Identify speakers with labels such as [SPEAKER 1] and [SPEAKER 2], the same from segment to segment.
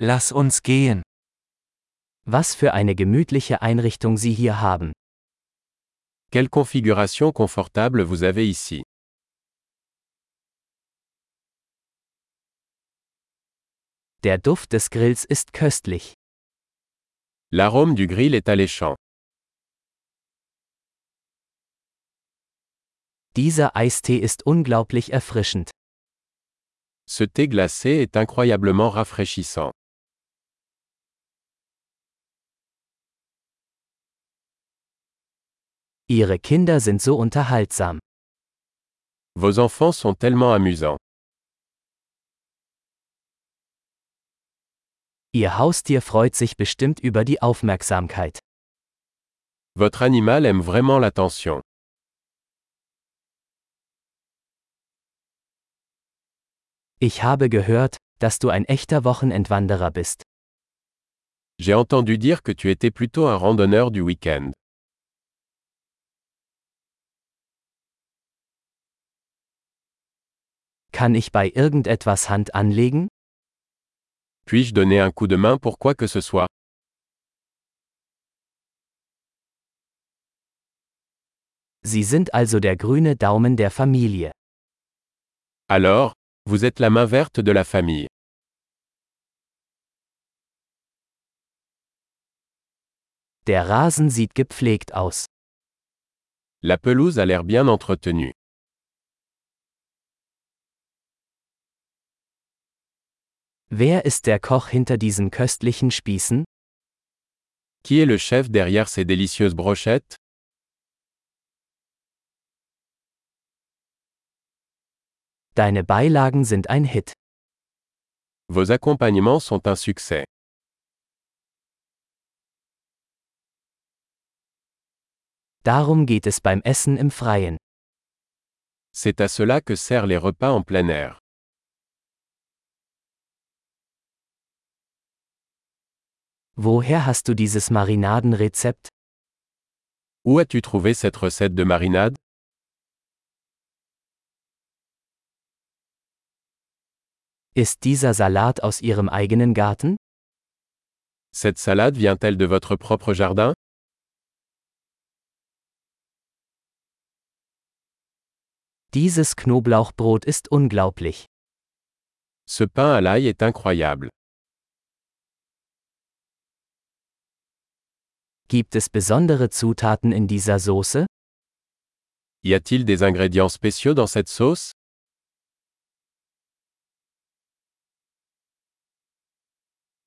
[SPEAKER 1] Lass uns gehen.
[SPEAKER 2] Was für eine gemütliche Einrichtung Sie hier haben.
[SPEAKER 3] Quelle configuration confortable vous avez ici.
[SPEAKER 2] Der Duft des Grills ist köstlich.
[SPEAKER 3] L'arôme du grill est alléchant.
[SPEAKER 2] Dieser Eistee ist unglaublich erfrischend.
[SPEAKER 3] Ce thé glacé est incroyablement rafraîchissant.
[SPEAKER 2] Ihre Kinder sind so unterhaltsam.
[SPEAKER 3] Vos enfants sont tellement amusants.
[SPEAKER 2] Ihr Haustier freut sich bestimmt über die Aufmerksamkeit.
[SPEAKER 3] Votre animal aime vraiment l'attention.
[SPEAKER 2] Ich habe gehört, dass du ein echter Wochenendwanderer bist.
[SPEAKER 3] J'ai entendu dire que tu étais plutôt un randonneur du week-end.
[SPEAKER 2] Kann ich bei irgendetwas Hand anlegen?
[SPEAKER 3] Puis-je donner un coup de main pour quoi que ce soit
[SPEAKER 2] Sie sind also der grüne Daumen der Familie.
[SPEAKER 3] Alors, vous êtes la main verte de la famille.
[SPEAKER 2] Der Rasen sieht gepflegt aus.
[SPEAKER 3] La pelouse a l'air bien entretenue.
[SPEAKER 2] Wer ist der Koch hinter diesen köstlichen Spießen?
[SPEAKER 3] Qui est le chef derrière ces délicieuses brochettes
[SPEAKER 2] Deine Beilagen sind ein Hit.
[SPEAKER 3] Vos accompagnements sont un succès.
[SPEAKER 2] Darum geht es beim Essen im Freien.
[SPEAKER 3] C'est à cela que servent les repas en plein air.
[SPEAKER 2] Woher hast du dieses Marinadenrezept?
[SPEAKER 3] Où as-tu trouvé cette recette de marinade
[SPEAKER 2] Ist dieser Salat aus ihrem eigenen Garten?
[SPEAKER 3] Cette salade vient-elle de votre propre jardin
[SPEAKER 2] Dieses Knoblauchbrot ist unglaublich.
[SPEAKER 3] Ce pain à l'ail est incroyable.
[SPEAKER 2] Gibt es besondere Zutaten in dieser Soße?
[SPEAKER 3] Y a-t-il des ingrédients spéciaux dans cette sauce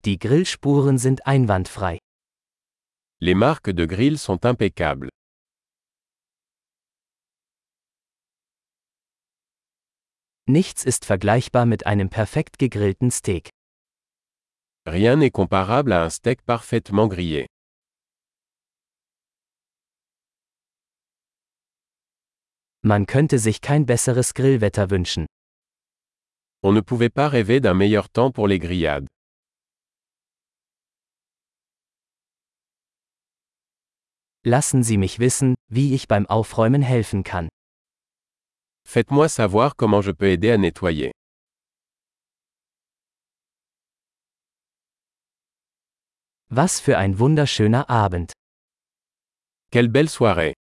[SPEAKER 2] Die Grillspuren sind einwandfrei.
[SPEAKER 3] Les marques de grill sont impeccables.
[SPEAKER 2] Nichts ist vergleichbar mit einem perfekt gegrillten Steak.
[SPEAKER 3] Rien n'est comparable à un steak parfaitement grillé.
[SPEAKER 2] Man könnte sich kein besseres Grillwetter wünschen.
[SPEAKER 3] On ne pouvait pas rêver d'un meilleur temps pour les grillades.
[SPEAKER 2] Lassen Sie mich wissen, wie ich beim Aufräumen helfen kann.
[SPEAKER 3] Faites-moi savoir comment je peux aider à nettoyer.
[SPEAKER 2] Was für ein wunderschöner Abend.
[SPEAKER 3] Quelle belle soirée